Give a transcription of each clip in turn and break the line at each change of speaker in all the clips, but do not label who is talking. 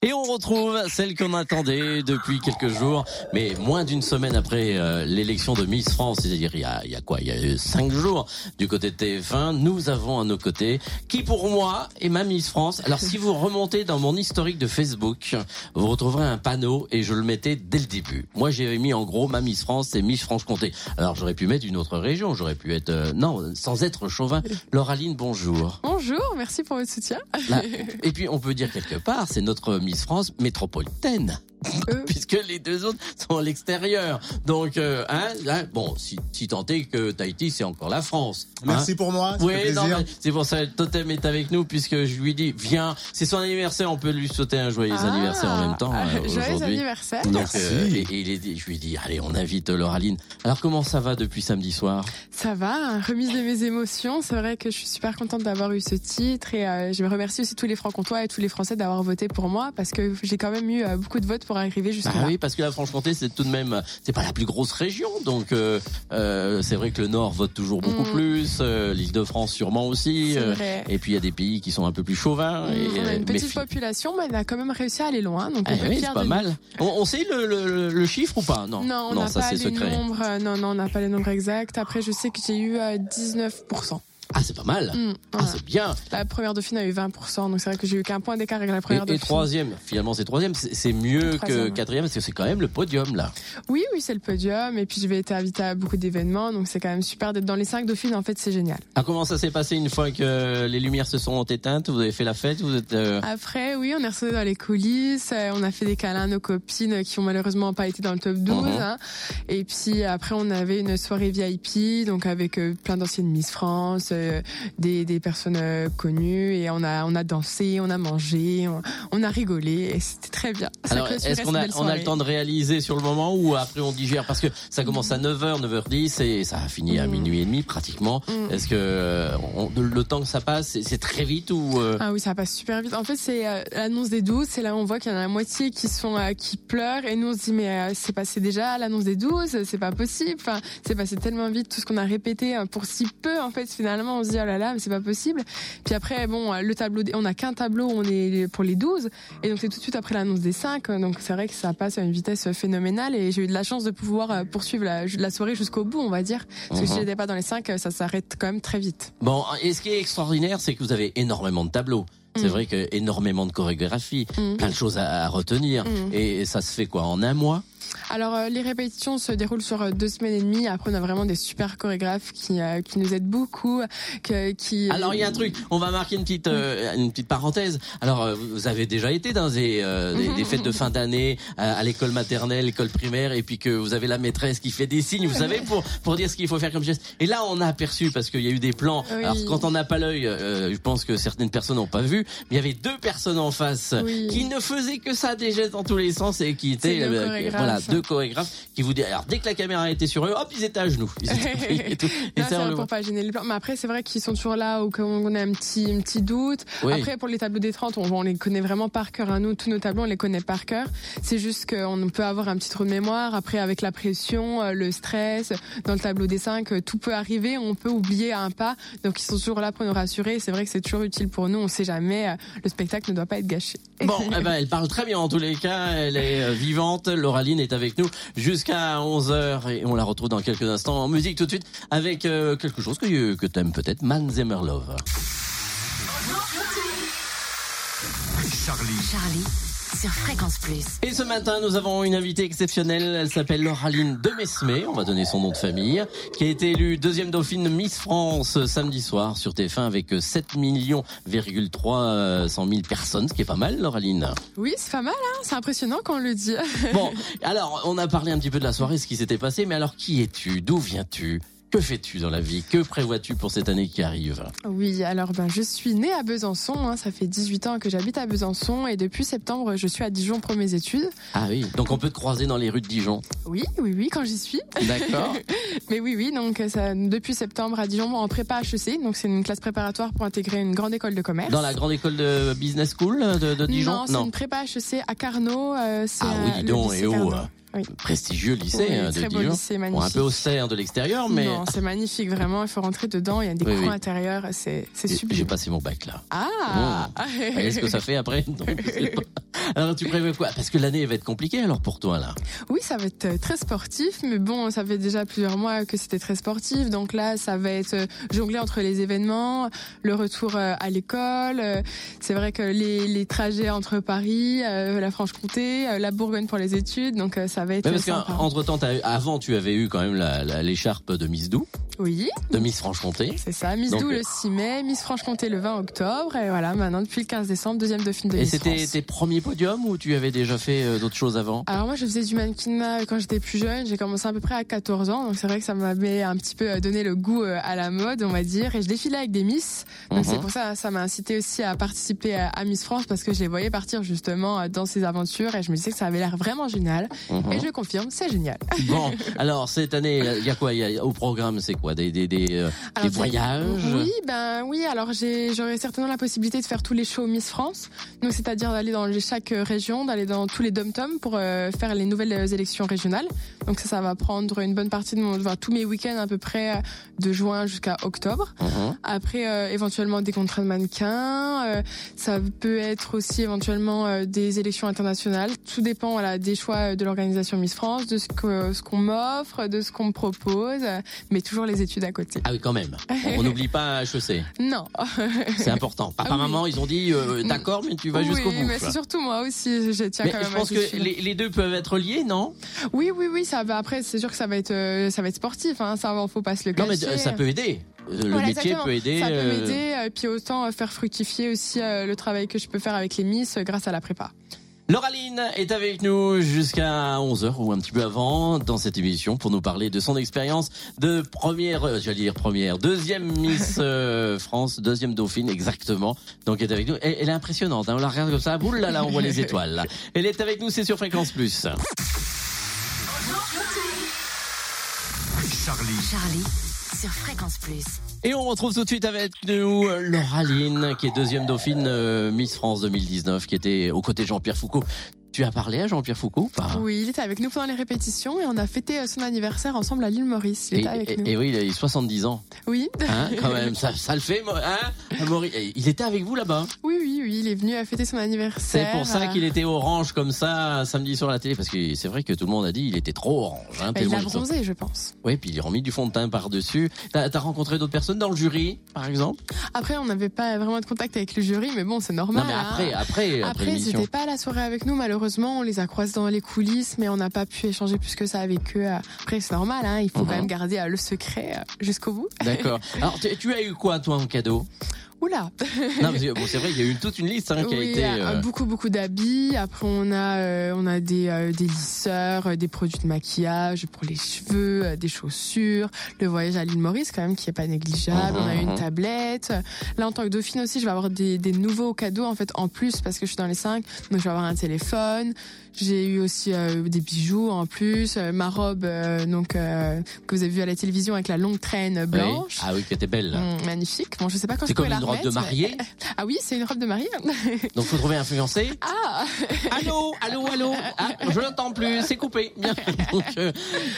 Et on retrouve celle qu'on attendait depuis quelques jours, mais moins d'une semaine après euh, l'élection de Miss France, c'est-à-dire il y a, il y a quoi Il y a eu cinq jours du côté de TF1, nous avons à nos côtés qui pour moi est ma Miss France. Alors si vous remontez dans mon historique de Facebook, vous retrouverez un panneau et je le mettais dès le début. Moi j'avais mis en gros ma Miss France et Miss Franche-Comté. Alors j'aurais pu mettre une autre région, j'aurais pu être... euh, non, sans être chauvin. Lauraline, bonjour.
Bonjour, merci pour votre soutien.
Là, et puis on peut dire quelque part, c'est notre Miss France métropolitaine,
Euh,
puisque les deux autres sont à l'extérieur. Donc, euh, hein, hein, bon, si, si tant est que Tahiti, c'est encore la France. hein.
Merci pour moi, ça
Oui,
fait
non,
plaisir.
mais c'est pour ça que Totem est avec nous, puisque je lui dis, viens, c'est son anniversaire, on peut lui souhaiter un joyeux
Ah,
anniversaire en même temps.
ah,
euh,
Joyeux
aujourd'hui.
anniversaire.
Donc,
Merci.
euh, et, et il est dit- je lui dis, allez, on invite Lauraline. Alors, comment ça va depuis samedi soir
Ça va, hein, remise de mes émotions. C'est vrai que je suis super contente d'avoir eu ce titre et euh, je remercie aussi tous les Franc-Comtois et tous les Français d'avoir voté pour moi parce que j'ai quand même eu euh, beaucoup de votes pour arriver
Bah
jusque-là.
oui, parce que la Franche-Comté, c'est tout de même, c'est pas la plus grosse région, donc euh, euh, c'est vrai que le Nord vote toujours beaucoup
Mm.
plus, euh, l'Île-de-France sûrement aussi,
C'est
euh,
vrai. Mm,
et puis il y a des pays qui sont un peu plus chauvins. et,
On a
euh,
une
mais
petite
fi-
population, mais on a quand même réussi à aller loin. Donc
Ah
on peut
oui,
être
c'est
fier
pas
de nous.
mal. On, on sait le, le- le chiffre ou pas Non,
Non, on n'a
ça
pas
c'est
les
secret.
nombres. euh, Non, non, on n'a pas les nombres exacts. Après, je sais que j'ai eu euh, 19%.
Ah, c'est pas mal.
Hmm,
Ah,
voilà.
c'est bien.
La première dauphine a eu 20%, donc c'est vrai que j'ai eu qu'un point d'écart avec la
Et,
première
et
dauphine.
troisième, finalement c'est troisième, c'est c'est mieux que
Troisième.
quatrième parce que c'est quand même le podium là.
Oui, oui, c'est le podium. Et puis, je vais être invitée à beaucoup d'événements. Donc, c'est quand même super d'être dans les cinq dauphines. En fait, c'est génial.
Ah, comment ça s'est passé une fois que euh, les lumières se sont éteintes Vous avez fait la fête Vous êtes euh,
Après, oui, on est restés dans les coulisses. euh, On a fait des câlins à nos copines euh, qui ont malheureusement pas été dans le top 12.
Mhm.
hein. Et puis, après, on avait une soirée VIP. Donc, avec euh, plein d'anciennes Miss France, euh, des, des personnes euh, connues. Et on a, on a dansé, on a mangé, on, on a rigolé. Et c'était très bien. Ça
Alors,
clôturait
est-ce
cette
qu'on a,
belle
on a
soirée.
le temps de réaliser sur le moment ou après on digère Parce que ça commence à 9h, 9h10 et ça a fini à
Mm.
minuit et demi pratiquement.
Mm.
Est-ce que euh, on- le temps que ça passe, c'est- c'est très vite ou euh,
Ah oui, ça passe super vite. En fait, c'est euh, l'annonce des 12. C'est là où on voit qu'il y en a la moitié qui sont euh, qui pleurent et nous on se dit mais euh, c'est passé déjà l'annonce des 12, c'est pas possible. Enfin, c'est passé tellement vite tout ce qu'on a répété euh, pour si peu en fait. Finalement, on se dit oh là là, mais c'est pas possible. Puis après bon, euh, le tableau des- on a qu'un tableau, on est pour les 12 et donc c'est tout de suite après l'annonce des 5. Donc c'est vrai que ça passe à une vitesse phénoménale et j'ai eu de la chance de pouvoir euh, poursuivre la, la soirée jusqu'au bout, on va dire. Parce que
Mhm.
si j'étais pas dans les 5, ça s'arrête quand même très vite.
Bon, et ce qui est extraordinaire, c'est que vous avez énormément de tableaux. C'est
Mm.
vrai que énormément de chorégraphies,
Mm.
plein de choses à, à retenir.
Mm.
Et ça se fait quoi En un mois
Alors euh, les répétitions se déroulent sur euh, deux semaines et demie. Après on a vraiment des super chorégraphes qui euh, qui nous aident beaucoup, que, qui. euh,
Alors il y a un truc, on va marquer une petite euh, une petite parenthèse. Alors euh, vous avez déjà été dans des euh, des, des fêtes de fin d'année euh, à, à l'école maternelle, l'école primaire et puis que vous avez la maîtresse qui fait des signes, vous savez pour pour dire ce qu'il faut faire comme geste. Et là on a aperçu parce qu'il y a eu des plans.
Oui.
Alors quand on n'a pas l'œil, euh, je pense que certaines personnes n'ont pas vu, mais il y avait deux personnes en face
Oui.
qui ne faisaient que ça des gestes dans tous les sens et qui
C'est
étaient
deux
euh,
chorégraphes.
voilà deux chorégraphes qui vous disaient alors dès que la caméra était sur eux, hop, ils étaient à genoux. Ils étaient pliés et tout. Et
Non,
ça,
c'est
on
vrai
le
pour pas gêner le plan. Mais après, c'est vrai qu'ils sont toujours là ou qu'on a un petit, un petit doute.
Oui.
Après, pour les tableaux des 30, on, on les connaît vraiment par cœur. hein. Nous, tous nos tableaux, on les connaît par cœur. C'est juste qu'on peut avoir un petit trou de mémoire. Après, avec la pression, euh, le stress, dans le tableau des 5, euh, tout peut arriver. On peut oublier un pas. Donc, ils sont toujours là pour nous rassurer. C'est vrai que c'est toujours utile pour nous. On sait jamais. euh, Le spectacle ne doit pas être gâché.
Bon, eh ben, elle parle très bien en tous les cas, elle est euh, vivante, Lauraline est avec nous jusqu'à 11h et on la retrouve dans quelques instants en musique tout de suite avec euh, quelque chose que, que t'aimes peut-être, Manzemer Love.
Charlie sur Fréquence Plus.
Et ce matin, nous avons une invitée exceptionnelle. Elle s'appelle Lauraline Demesme. On va donner son nom de famille. Qui a été élue deuxième dauphine Miss France euh, samedi soir sur TF1 avec euh, 7 millions, 300 000 personnes. Ce qui est pas mal, Lauraline.
Oui, c'est pas mal. Hein c'est impressionnant quand on le dit.
Bon, alors, on a parlé un petit peu de la soirée, ce qui s'était passé. Mais alors, qui es-tu? D'où viens-tu? Que fais-tu dans la vie? Que prévois-tu pour cette année qui arrive?
Oui, alors ben, je suis née à Besançon, hein, ça fait 18 ans que j'habite à Besançon et depuis septembre je suis à Dijon pour mes études.
Ah oui. Donc, on peut te croiser dans les rues de Dijon.
Oui, oui, oui, quand j'y suis.
D'accord.
Mais oui, oui, donc ça, depuis septembre à Dijon en prépa HEC, donc c'est une classe préparatoire pour intégrer une grande école de commerce.
Dans la grande école de business school de, de Dijon?
Non, c'est une prépa HEC à Carnot. euh, c'est,
Ah
euh,
oui, dis
le
donc,
lycée
et oh,
Carnot.
euh,
Oui.
prestigieux lycée
Oui,
hein, de
très beau
Dijon.
lycée,
Bon, un
magnifique.
peu austère de l'extérieur, mais
Non, c'est magnifique, vraiment. Il faut rentrer dedans. Il y a des
Oui,
coins
oui.
intérieurs. C'est c'est
j'ai
sublime.
passé mon bac là.
Ah
Et Est-ce que ça fait après Non, je sais pas. Alors tu prévois quoi Parce que l'année elle va être compliquée alors pour toi là.
Oui, ça va être euh, très sportif, mais bon, ça fait déjà plusieurs mois que c'était très sportif. Donc là, ça va être euh, jongler entre les événements, le retour euh, à l'école. euh, C'est vrai que les, les trajets entre Paris, euh, la Franche-Comté, euh, la Bourgogne pour les études, donc euh, ça va être
Mais parce
sympa.
qu'entre temps, avant tu avais eu quand même la- la- l'écharpe de Miss Doux,
Oui,
de Miss Franche-Comté.
c'est ça. Miss
Donc,
Doux
euh,
le 6 mai, Miss Franche-Comté le 20 octobre, et voilà, maintenant depuis le 15 décembre, deuxième dauphine de
Et
Miss
c'était
France.
tes premiers podiums ou tu avais déjà fait euh, d'autres choses avant
Alors moi je faisais du mannequinat quand j'étais plus jeune, j'ai commencé à peu près à 14 ans, donc c'est vrai que ça m'avait un petit peu donné le goût euh, à la mode on va dire, et je défilais avec des Miss,
Mhm.
donc c'est pour ça ça m'a incité aussi à participer euh, à, à Miss France parce que je les voyais partir justement euh, dans ces aventures et je me disais que ça avait l'air vraiment génial,
Mhm.
et je confirme, c'est génial.
Bon, alors cette année, il y a quoi Il y a- Au programme, c'est quoi Des, des, des, euh, des
Alors,
voyages
Oui, ben oui. Alors j'ai- j'aurai certainement la possibilité de faire tous les shows Miss France, donc c'est-à-dire d'aller dans les- chaque euh, région, d'aller dans tous les dom-toms pour euh, faire les nouvelles euh, élections régionales. Donc ça, ça va prendre une bonne partie de mon, enfin, tous mes week-ends à peu près euh, de juin jusqu'à octobre.
Mhm.
Après, euh, éventuellement des contrats de mannequins. euh, ça peut être aussi éventuellement euh, des élections internationales. Tout dépend voilà, des choix euh, de l'organisation Miss France, de ce que ce qu'on m'offre, de ce qu'on me propose, euh, mais toujours les études à côté.
Ah oui, quand même. On n'oublie pas HEC.
Non.
C'est important. Papa,
Ah oui. Mm.
maman, ils ont dit euh, d'accord, mais tu vas jusqu'au
oui,
bout.
mais
quoi.
c'est surtout moi aussi, je tiens
Mais
quand même
je
à
pense
ce
que
sujet.
les, les deux peuvent être liés, non
Oui, oui, oui, ça va. Après, c'est sûr que ça va être, euh, ça va être sportif. Hein, ça, faut pas se le
Non,
cacher.
mais euh, ça peut aider. Euh, Le
Voilà,
métier
exactement.
peut aider.
Ça peut
euh,
m'aider, euh, puis autant euh, faire fructifier aussi euh, le travail que je peux faire avec les Miss euh, grâce à la prépa.
Laureline est avec nous jusqu'à 11h ou un petit peu avant dans cette émission pour nous parler de son expérience de première, euh, j'allais dire première, deuxième Miss euh, France, deuxième Dauphine exactement. Donc elle est avec nous. Elle, elle est impressionnante, hein, on la regarde comme ça, boule là là, on voit les étoiles. là. Elle est avec nous, c'est sur Fréquence Plus.
Charlie,
Charlie sur Fréquence Plus.
Et on retrouve tout de suite avec nous euh, Laureline qui est deuxième Dauphine euh, Miss France 2019 qui était aux côtés de Jean-Pierre Foucault. Tu as parlé à Jean-Pierre Foucault ou pas
Oui, il était avec nous pendant les répétitions et on a fêté euh, son anniversaire ensemble à l'île Maurice. Il
Et,
était avec
et-
nous.
et oui, il a eu 70 ans.
Oui,
Hein, quand même, ça, ça le fait, moi, hein Amaury, eh, Il était avec vous là-bas.
oui, oui, oui, il est venu à fêter son
C'est
anniversaire.
pour ça qu'il était orange comme ça samedi sur la télé, parce que c'est vrai que tout le monde a dit il était trop orange. Hein,
Bah, Il
tellement
a
ils sont-
bronzé, je pense.
Ouais, puis ils ont mis du fond de teint par-dessus. T'as t'as rencontré d'autres personnes dans le jury, par exemple
Après, on n'avait pas vraiment de contact avec le jury, mais bon, c'est normal.
Non, mais
hein.
après, après, après,
Après, ils
l'émission.
n'étaient pas à la soirée avec nous, malheureusement. On les a croisés dans les coulisses, mais on n'a pas pu échanger plus que ça avec eux. euh, Après, c'est normal, hein, il faut
Mhm.
quand même garder euh, le secret euh, jusqu'au bout.
D'accord. Alors, tu, tu as eu quoi, toi, en cadeau
Oula
Non, parce que, bon, c'est vrai, il y a eu toute une liste hein, qui a
Oui,
été.
euh,
euh,
beaucoup, beaucoup d'habits. Après, on a, euh, on a des, euh, des lisseurs, euh, des produits de maquillage pour les cheveux, euh, des chaussures, le voyage à l'île Maurice, quand même, qui est pas négligeable.
Mhm,
On a
mhm.
une tablette. Là, en tant que dauphine aussi, je vais avoir des, des nouveaux cadeaux, en fait, en plus, parce que je suis dans les cinq. Donc, je vais avoir un téléphone. J'ai eu aussi euh, des bijoux en plus. Euh, ma robe, euh, donc, euh, que vous avez vue à la télévision avec la longue traîne
oui.
blanche.
Ah oui, qui était belle.
Hum, magnifique. Bon, je sais pas quand
C'est
je pourrais
comme une
la
robe de
remettre, mais-
mariée,
Ah oui, c'est une robe de mariée.
donc faut trouver un fiancé.
ah
Allô, allô, allô. Ah, je l'entends plus, c'est coupé. Bien. Donc, euh,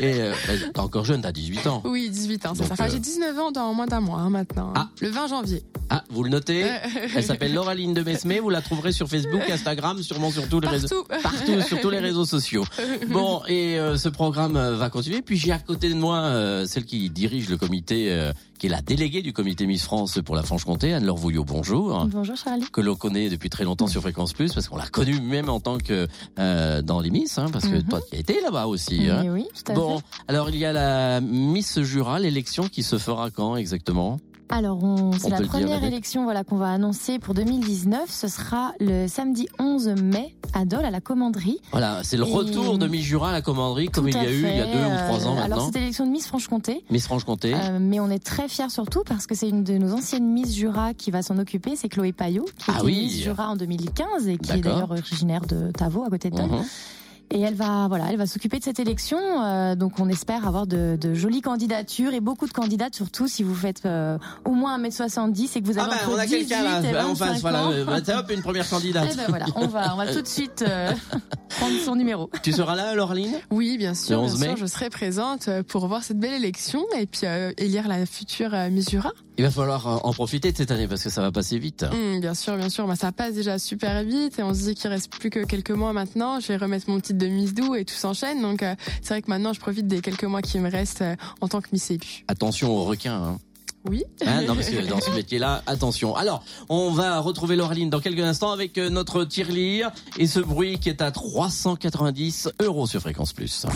et euh, bah, t'es encore jeune, t'as 18 ans.
Oui, 18 ans, c'est
Donc,
ça. Enfin,
euh,
j'ai 19 ans dans moins d'un mois hein, maintenant.
Ah.
hein. Le 20 janvier. Euh,
Ah, vous le notez Elle
Elle
s'appelle Laureline de Mesmé. Vous la trouverez sur Facebook, Instagram, sûrement sur tous les réseaux.
euh, Partout.
Partout, sur tous les réseaux sociaux. Bon, et euh, ce programme euh, va continuer. Puis j'ai à côté de moi euh, celle qui dirige le comité, euh, qui est la déléguée du comité Miss France pour la Franche-Comté, Anne-Laure Vouillot. Bonjour.
Bonjour Charlie.
que l'on connaît depuis très longtemps sur Fréquence Plus, parce qu'on l'a connue même en tant que euh, dans les Miss, hein, parce que
Mhm.
toi, tu as été là-bas aussi. hein.
Mais Eh oui, tout à
Bon,
fait.
alors il y a la Miss Jura, l'élection qui se fera quand exactement
Alors,
On
on- c'est la
peut le dire,
première
Nadège.
élection voilà, qu'on va annoncer pour 2019. Ce sera le samedi 11 mai à Dole, à la commanderie.
Voilà, c'est le
Et-
retour de Miss Jura à la commanderie, comme il
Tout
y a
à
eu il y a
fait,
deux ou trois
euh,
ans
Alors,
maintenant.
c'est l'élection de Miss Franche-Comté.
Miss Franche-Comté.
euh, mais on est très fiers surtout parce que c'est une de nos anciennes Miss Jura qui va s'en occuper. C'est Chloé Payot, qui
Ah
était
oui.
Miss Jura en 2015 et qui est
D'accord.
d'ailleurs originaire de Tavo, à côté de Dole.
Mhm.
Et elle va, voilà, elle va s'occuper de cette élection. euh, donc, on espère avoir de, de jolies candidatures et beaucoup de candidates, surtout si vous faites euh, au moins 1m70 et que vous avez
Ah bah
entre
on a
18
quelqu'un
et
là, en
25
face, voilà,
ans.
euh, bah, t'as, hop, une première candidate.
Eh ben voilà, on va, on va tout de suite euh, prendre son numéro.
Tu seras là, Laureline
Oui, bien sûr,
Le
bien
11 mai.
sûr, je serai présente euh, pour voir cette belle élection et puis euh, élire la future euh, Misura.
Il va falloir euh, en profiter de cette année parce que ça va passer vite.
Hum, bien sûr, bien sûr, bah, ça passe déjà super vite et on se dit qu'il reste plus que quelques mois maintenant. Je vais remettre mon titre de Miss Dou et tout s'enchaîne. Donc euh, c'est vrai que maintenant je profite des quelques mois qui me restent euh, en tant que Miss élue.
Attention aux requins. Hein.
Oui.
Hein, non, parce que dans ce métier-là, attention. Alors, on va retrouver Laureline dans quelques instants avec euh, notre tirelire et ce bruit qui est à 390 euros sur Fréquence Plus.